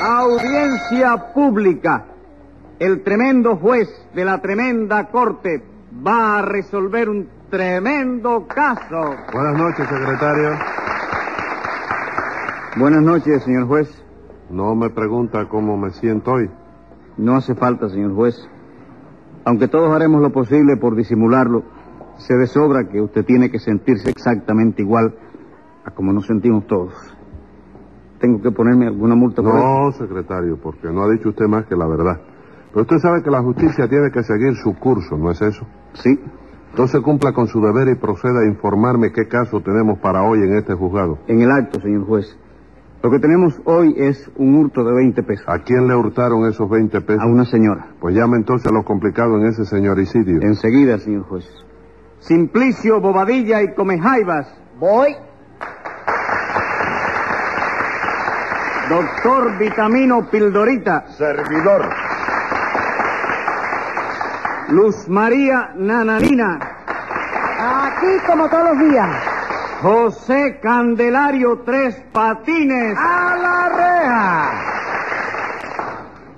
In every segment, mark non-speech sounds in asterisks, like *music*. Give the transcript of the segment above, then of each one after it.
Audiencia pública. El tremendo juez de la tremenda corte va a resolver un tremendo caso. Buenas noches, secretario. Buenas noches, señor juez. No me pregunta cómo me siento hoy. No hace falta, señor juez. Aunque todos haremos lo posible por disimularlo, se desobra que usted tiene que sentirse exactamente igual a como nos sentimos todos. ¿Tengo que ponerme alguna multa por esto? No, secretario, porque no ha dicho usted más que la verdad. Pero usted sabe que la justicia tiene que seguir su curso, ¿no es eso? Sí. Entonces cumpla con su deber y proceda a informarme qué caso tenemos para hoy en este juzgado. En el acto, señor juez. Lo que tenemos hoy es un hurto de 20 pesos ¿A quién le hurtaron esos 20 pesos? a una señora. Pues llame entonces a lo complicado en ese señoricidio. Enseguida, señor juez. Simplicio, Bobadilla y Comejaivas. Voy. Doctor Vitamino Pildorita. Servidor. Luz María Nananina. Aquí como todos los días. José Candelario Tres Patines. Ah, ¡A la reja!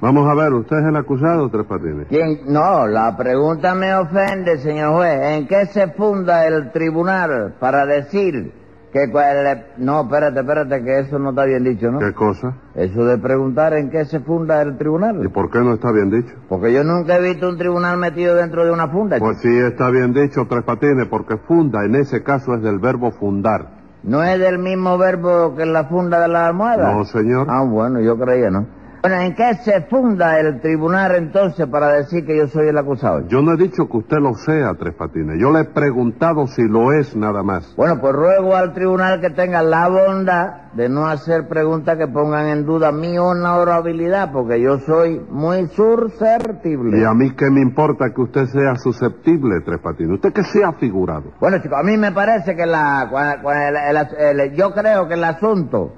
Vamos a ver, ¿usted es el acusado, Tres Patines? ¿Quién? No, la pregunta me ofende, señor juez. ¿En qué se funda el tribunal para decir que... cual- No, espérate, espérate, que eso no está bien dicho, ¿no? ¿Qué cosa? Eso de preguntar en qué se funda el ¿Y tribunal. por qué no está bien dicho? Porque yo nunca he visto un tribunal metido dentro de una funda. Pues chico. sí, está bien dicho, Tres Patines, porque funda en ese caso es del verbo fundar. ¿No es del mismo verbo que la funda de la almohada? No, señor. Ah, bueno, yo creía, ¿no? Bueno, ¿en qué se funda el tribunal entonces para decir que yo soy el acusado? Yo no he dicho que usted lo sea, Tres Patines. Yo le he preguntado si lo es nada más. Bueno, pues ruego al tribunal que tenga la bondad de no hacer preguntas que pongan en duda mi honorabilidad, porque yo soy muy Y susceptible. a mí qué me importa que usted sea susceptible, Tres Patines. Usted que sea figurado. Bueno, chicos, a mí me parece que la, cua- cua- el- el- el- yo creo que el asunto,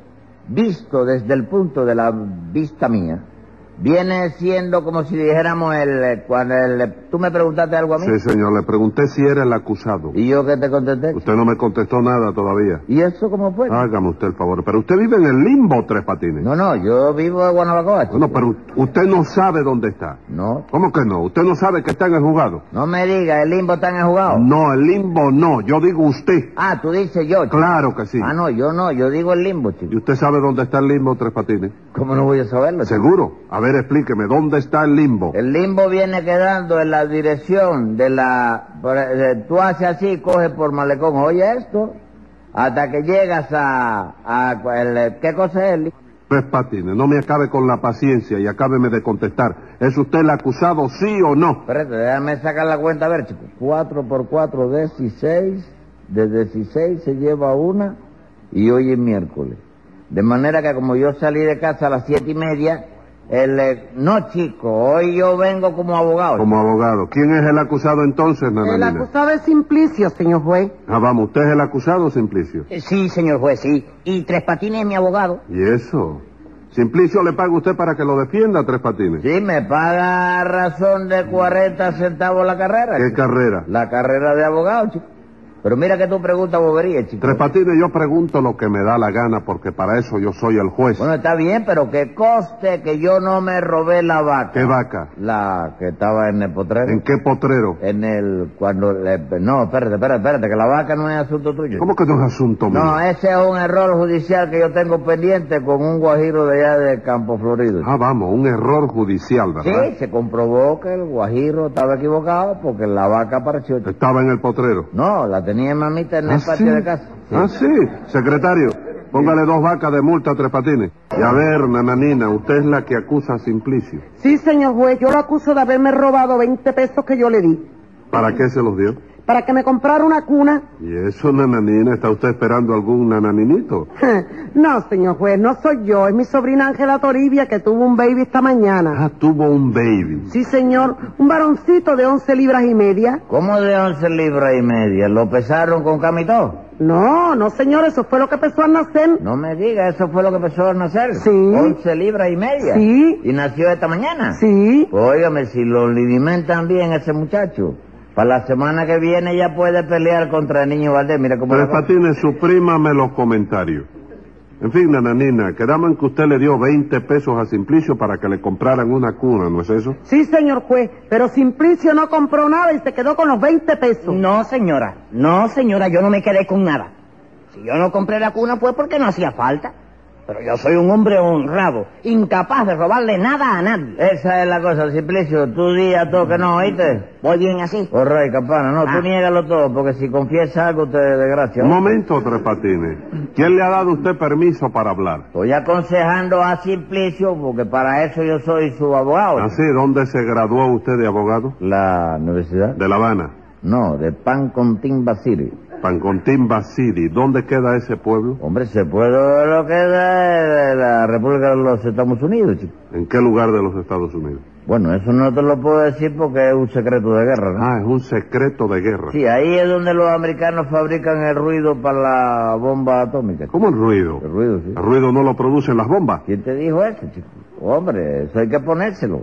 visto desde el punto de la vista mía, viene siendo como si dijéramos el, eh, cuando el- tú me preguntaste algo a mí Sí, señor, le pregunté si era el acusado. y yo que te contesté. Usted no me contestó nada todavía. ¿Y eso cómo fue? Hágame usted el favor. Pero usted vive en el limbo, Tres Patines. No, no, yo vivo en Guanabacoa. chico. Bueno, pero usted no sabe dónde está. No, ¿Cómo que no? ¿Usted no sabe que está en el juzgado? no me diga, el limbo está en el jugado. No, el limbo no. Yo digo usted. Ah, tú dices yo. chico. Claro que sí. Ah, no, yo no, yo digo el limbo, ¿Y chico. usted sabe dónde está el limbo, Tres Patines? ¿Cómo no voy a saberlo? chico? Seguro. A ver, explíqueme, ¿dónde está el limbo? El limbo viene quedando en la dirección de la... por- eh, Tú haces así, coges por malecón, oye esto, hasta que llegas a... a el- ¿Qué cosa es el limbo? Tres Patines, no me acabe con la paciencia y acábeme de contestar. ¿Es usted el acusado, sí o no? Espérate, déjame sacar la cuenta, a ver, chico. 4 por 4, 16. De 16 se lleva una y hoy es miércoles. De manera que como yo salí de casa a las siete y media, el, eh, no, chico, hoy yo vengo como abogado. Como abogado. ¿Quién es el acusado entonces, El Nananina? acusado es Simplicio, señor juez. Ah, vamos, ¿usted es el acusado, Simplicio? Eh, Sí, señor juez, sí. Y Tres Patines es mi abogado. ¿Y eso? Simplicio le paga usted para que lo defienda, Tres Patines. Sí, me paga a razón de 40 centavos la carrera. ¿Qué chico. carrera? La carrera de abogado, chico. Pero mira que tú preguntas bobería, chico. Tres Patines, yo pregunto lo que me da la gana porque para eso yo soy el juez. Bueno, está bien, pero que coste que yo no me robé la vaca. ¿Qué vaca? La que estaba en el potrero. ¿En qué potrero? En el... cuando... le- no, espérate, espérate, espérate, que la vaca no es asunto tuyo. ¿Cómo que no es asunto mío? Eh. No, ese es un error judicial que yo tengo pendiente con un guajiro de allá de Campo Florido. Ah, vamos, un error judicial, ¿verdad? sí, se comprobó que el guajiro estaba equivocado porque la vaca apareció. Estaba en el potrero. No, la tenía mamita en el ¿Ah, patio sí? de casa. Ah, sí. Secretario, póngale dos vacas de multa a Tres Patines. Y a ver, nananina, usted es la que acusa a Simplicio. Sí, señor juez, yo lo acuso de haberme robado 20 pesos que yo le di ¿Para qué se los dio? para que me comprara una cuna. *laughs* ¿Y eso, nananina? ¿Está usted esperando algún nananinito? No, señor juez, no soy yo, es mi sobrina Ángela Toribia que tuvo un baby esta mañana. Ah, tuvo un baby. Sí, señor, un varoncito de 11 libras y media. ¿Cómo de 11 libras y media? ¿Lo pesaron con camito? No, no, señor, eso fue lo que empezó a nacer. No me diga, eso fue lo que empezó a nacer. Sí. 11 libras y media. Sí. ¿Y nació esta mañana? Sí, Pues, Óigame, si lo limitan bien ese muchacho, para la semana que viene ya puede pelear contra el niño Valdés. Mira cómo Tres la- Patines, suprima los comentarios. En fin, nananina, quedamos en que usted le dio 20 pesos a Simplicio para que le compraran una cuna, ¿no es eso? Sí, señor juez, pero Simplicio no compró nada y se quedó con los 20 pesos. No, señora. No, señora, yo no me quedé con nada. Si yo no compré la cuna fue porque no hacía falta. Pero yo soy un hombre honrado, incapaz de robarle nada a nadie. Esa es la cosa, Simplicio. Tú di a todo que no, ¿oíste? Voy bien así. Correcto, campana. No, Ah. tú niégalo todo, porque si confiesa algo te desgracia. Un momento, Tres Patines. ¿Quién le ha dado a usted permiso para hablar? Estoy aconsejando a Simplicio, porque para eso yo soy su abogado. Ah. Así, ¿dónde se graduó usted de abogado? ¿La universidad? De La Habana. No, de Pancontín Basiri. Pancontín Basiri. ¿Dónde queda ese pueblo? Hombre, se puede lo que da de la República de los Estados Unidos, chico. ¿En qué lugar de los Estados Unidos? Bueno, eso no te lo puedo decir porque es un secreto de guerra, ¿no? Ah, es un secreto de guerra. Sí, ahí es donde los americanos fabrican el ruido para la bomba atómica. chico. ¿Cómo el ruido? El ruido, sí. El ruido no lo producen las bombas. ¿Quién te dijo eso, chico? Hombre, eso hay que ponérselo.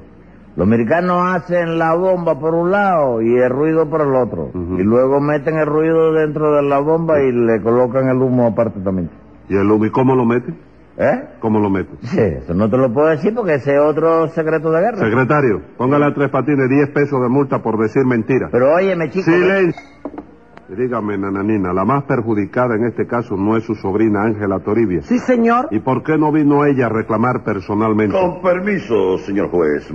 Los americanos hacen la bomba por un lado y el ruido por el otro. Ujú. Y luego meten el ruido dentro de la bomba y le colocan el humo aparte también. ¿Y el humo, y cómo lo meten? ¿Eh? ¿Cómo lo meten? Sí, eso no te lo puedo decir porque ese es otro secreto de guerra. Secretario, póngale a Tres Patines 10 pesos de multa por decir mentira. Pero óyeme, chico. Silencio. Y Dígame, nananina, la más perjudicada en este caso no es su sobrina Ángela Toribia. Sí, señor. ¿Y por qué no vino ella a reclamar personalmente? Con permiso, señor juez.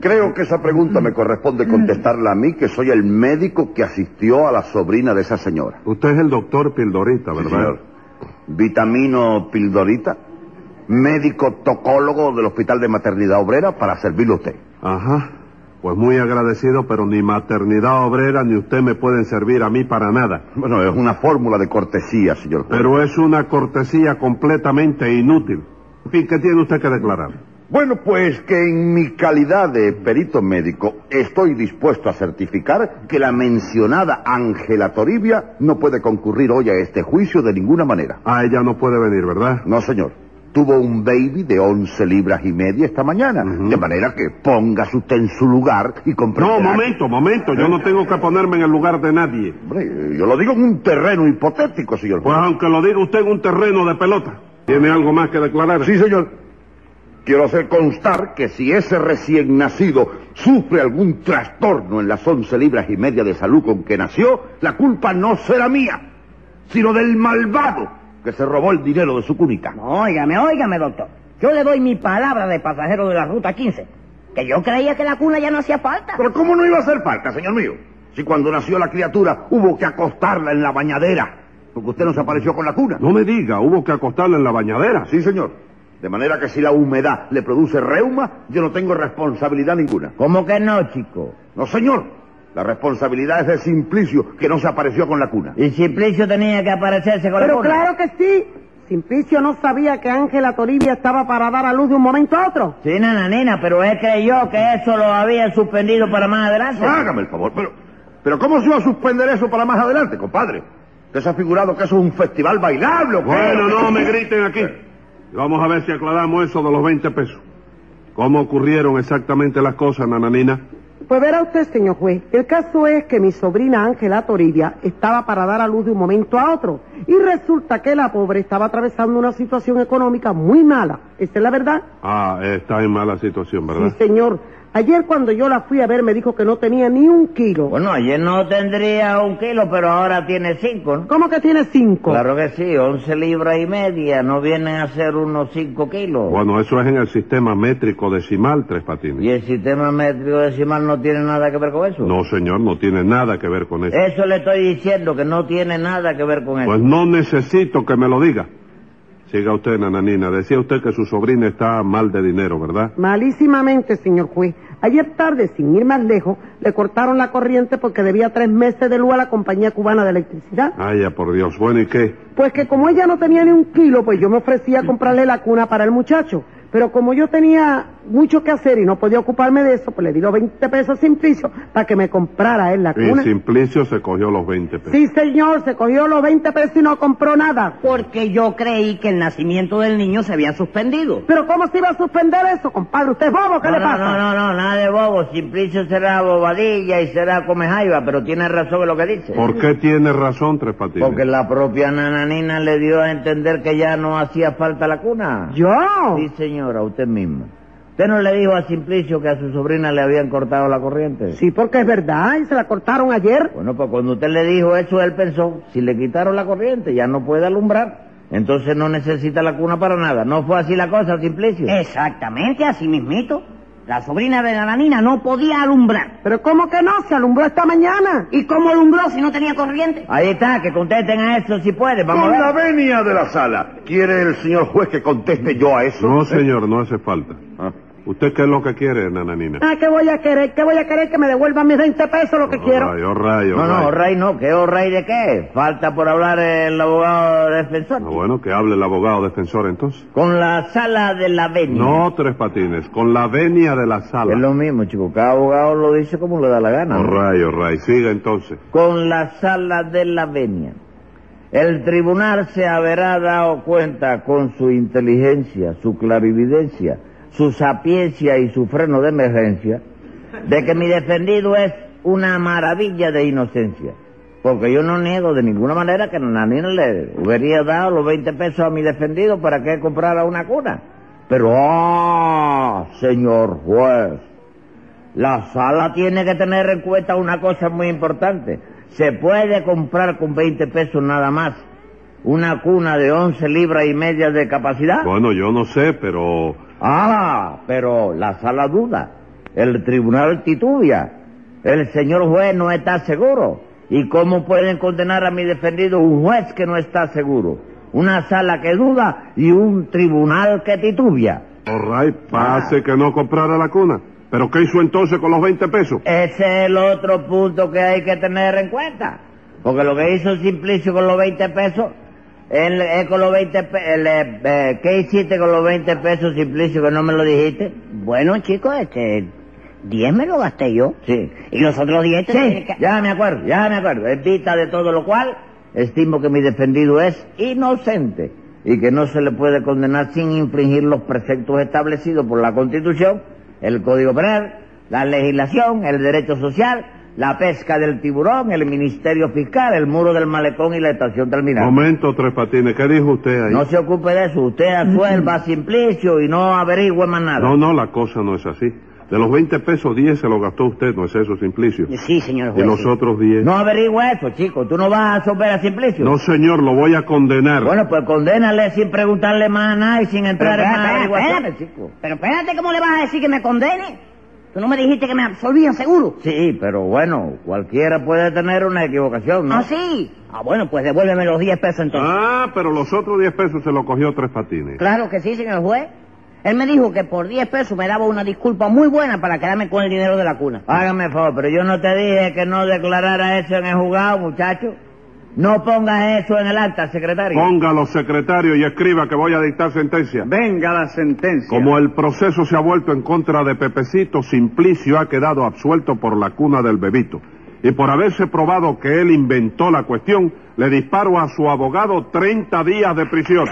Creo que esa pregunta me corresponde contestarla a mí, que soy el médico que asistió a la sobrina de esa señora. Usted es el doctor Pildorita, Sí, ¿verdad? señor. Vitamino Pildorita, médico tocólogo del Hospital de Maternidad Obrera, para servirle a usted. Ajá. Pues muy agradecido, pero ni maternidad obrera ni usted me pueden servir a mí para nada. Bueno, es una fórmula de cortesía, señor juez. Pero es una cortesía completamente inútil. En fin, ¿qué tiene usted que declarar? Bueno, pues que en mi calidad de perito médico estoy dispuesto a certificar que la mencionada Ángela Toribia no puede concurrir hoy a este juicio de ninguna manera. Ah, ella no puede venir, ¿verdad? No, señor. Tuvo un baby de 11 libras y media esta mañana. De manera que póngase usted en su lugar y comprenderá... No, momento, momento. Yo no tengo que ponerme en el lugar de nadie. Hombre, yo lo digo en un terreno hipotético, señor. Pues aunque lo diga usted en un terreno de pelota. ¿Tiene algo más que declarar? Sí, señor. Quiero hacer constar que si ese recién nacido sufre algún trastorno en las once libras y media de salud con que nació, la culpa no será mía, sino del malvado que se robó el dinero de su cunita. No, óigame, óigame, doctor. Yo le doy mi palabra de pasajero de la ruta 15. Que yo creía que la cuna ya no hacía falta. Pero ¿cómo no iba a hacer falta, señor mío? Si cuando nació la criatura hubo que acostarla en la bañadera, porque usted no se apareció con la cuna. No me diga, hubo que acostarla en la bañadera. Sí, señor. De manera que si la humedad le produce reuma, yo no tengo responsabilidad ninguna. ¿Cómo que no, chico? No, señor. La responsabilidad es de Simplicio, que no se apareció con la cuna. Y Simplicio tenía que aparecerse con la Pero cuna. claro que sí. Simplicio no sabía que Ángela Toribia estaba para dar a luz de un momento a otro. Sí, nana, nena, pero es que yo que eso lo había suspendido para más adelante. Ah. Hágame el favor, pero... ¿Pero cómo se va a suspender eso para más adelante, compadre? ¿Usted se ha figurado que eso es un festival bailable o qué? Bueno, no me griten aquí. Vamos a ver si aclaramos eso de los 20 pesos. ¿Cómo ocurrieron exactamente las cosas, nananina? Pues verá usted, señor juez, el caso es que mi sobrina Ángela Toribia estaba para dar a luz de un momento a otro y resulta que la pobre estaba atravesando una situación económica muy mala. Esa es la verdad. Ah, está en mala situación, ¿verdad? Ah. Sí, señor. Ayer cuando yo la fui a ver me dijo que no tenía ni un kilo. Bueno, ayer no tendría un kilo, pero ahora tiene cinco, ¿no? ¿Cómo que tiene cinco? Claro que sí, once libras y media, no vienen a ser unos cinco kilos. Bueno, eso es en el sistema métrico decimal, Tres ¿Y Patines. el sistema métrico decimal no tiene nada que ver con eso? No, señor, no tiene nada que ver con eso. Eh. Eso le estoy diciendo, que no tiene nada que ver con eso. Pues no necesito que me lo diga. Siga usted, nananina. Decía usted que su sobrina está mal de dinero, ¿verdad? Malísimamente, señor juez. Ayer tarde, sin ir más lejos, le cortaron la corriente porque debía tres meses de luz a la compañía cubana de electricidad. Ay, ya por Dios. Bueno, ¿y qué? Pues que como ella no tenía ni un kilo, pues yo me ofrecía a comprarle la cuna para el muchacho. Pero como yo tenía mucho que hacer y no podía ocuparme de eso, pues le di los 20 pesos a Simplicio para que me comprara él la Y cuna. Simplicio se cogió los 20 pesos. Sí, señor, se cogió los 20 pesos y no compró nada. Porque yo creí que el nacimiento del niño se había suspendido. Pero ¿cómo se iba a suspender eso, compadre? ¿Usted es bobo? ¿Qué no, le no, pasa? No, no, no, nada de bobo. Simplicio será bobadilla y será come jaiba, pero tiene razón en lo que dice. ¿Por qué tiene razón Tres Patines? Porque la propia nananina le dio a entender que ya no hacía falta la cuna. ¿Yo? Sí, señora, usted misma. ¿Usted no le dijo a Simplicio que a su sobrina le habían cortado la corriente? Sí, porque es verdad, y se la cortaron ayer. Bueno, pues cuando usted le dijo eso, él pensó, si le quitaron la corriente, ya no puede alumbrar. Entonces no necesita la cuna para nada. ¿No fue así la cosa, Simplicio? Exactamente, así mismito. La sobrina de la nina no podía alumbrar. Pero ¿cómo que no? Se alumbró esta mañana. ¿Y cómo alumbró si no tenía corriente? Ahí está, que contesten a eso si puede. Vamos a Con ver. la venia de la sala. ¿Quiere el señor juez que conteste yo a eso? No, ¿Eh? señor, no hace falta. Ah. ¿Usted qué es lo que quiere, nananina? Ah, ¿qué voy a querer? ¿Qué voy a querer? Que me devuelvan mis 20 pesos, lo que quiero. Ay, oh, rayo, No, no, Rey no. ¿Qué oh, Rey de qué? Falta por hablar el abogado defensor. No, Ah, bueno, que hable el abogado defensor entonces. Con la sala de la venia. No, Tres Patines, con la venia de la Es sala. lo mismo, chico. Cada abogado lo dice como le da la gana. Oh, ¿no? rayo, rayo. Siga entonces. con la sala de la venia. El tribunal se habrá dado cuenta con su inteligencia, su clarividencia, su sapiencia y su freno de emergencia de que mi defendido es una maravilla de inocencia. Porque yo no niego de ninguna manera que Nanina le hubiera dado los 20 pesos a mi defendido para que él comprara una cuna. Pero, ah, señor juez, la sala tiene que tener en cuenta una cosa muy importante. Se puede comprar con 20 pesos nada más una cuna de 11 libras y media de capacidad. Bueno, yo no sé, pero... Ah, pero la sala duda. El tribunal titubia. El señor juez no está seguro. ¿Y cómo pueden condenar a mi defendido un juez que no está seguro? Una sala que duda y un tribunal que titubia. Oh, rayo, pase Ah. que no comprara la cuna. ¿Pero qué hizo entonces con los 20 pesos? Ese es el otro punto que hay que tener en cuenta. Porque lo que hizo Simplicio con los 20 pesos, él, él con los 20 pe- él, eh, eh, ¿qué hiciste con los 20 pesos, Simplicio, que no me lo dijiste? Bueno, chicos, este, 10 me lo gasté yo. Sí. Y los otros 10 te Sí, tienen que- ya me acuerdo, ya me acuerdo. En vista de todo lo cual, estimo que mi defendido es inocente y que no se le puede condenar sin infringir los preceptos establecidos por la Constitución, el Código Penal, la legislación, el derecho social, la pesca del tiburón, el Ministerio Fiscal, el muro del malecón y la estación terminal. Momento, Tres Patines, ¿qué dijo usted ahí? No se ocupe de eso, usted absuelva a Simplicio y no averigüe más nada. No, no, la cosa no es así. De los 20 pesos, 10 se los gastó usted, ¿no es eso, Simplicio? Sí, señor Y juez. los sí. otros 10. No averigüe eso, chico, tú no vas a absorber a Simplicio. No, señor, lo voy a condenar. Bueno, pues condénale sin preguntarle más a nadie, sin Pero entrar en más espérate, averiguaciones, espérate, chico. Pero espérate, ¿cómo le vas a decir que me condene? Tú no me dijiste que me absolvían seguro. Sí, pero bueno, cualquiera puede tener una equivocación, ¿no? ¿Ah, sí? Ah, bueno, pues devuélveme los 10 pesos entonces. Ah, pero los otros 10 pesos se los cogió Tres Patines. Claro que sí, señor juez. Él me dijo que por 10 pesos me daba una disculpa muy buena para quedarme con el dinero de la cuna. Hágame el favor, pero yo no te dije que no declarara eso en el juzgado, muchacho. No pongas eso en el acta, secretario. Póngalo, secretario, y escriba que voy a dictar sentencia. Venga la sentencia. Como el proceso se ha vuelto en contra de Pepecito, Simplicio ha quedado absuelto por la cuna del bebito. Y por haberse probado que él inventó la cuestión, le disparo a su abogado 30 días de prisión.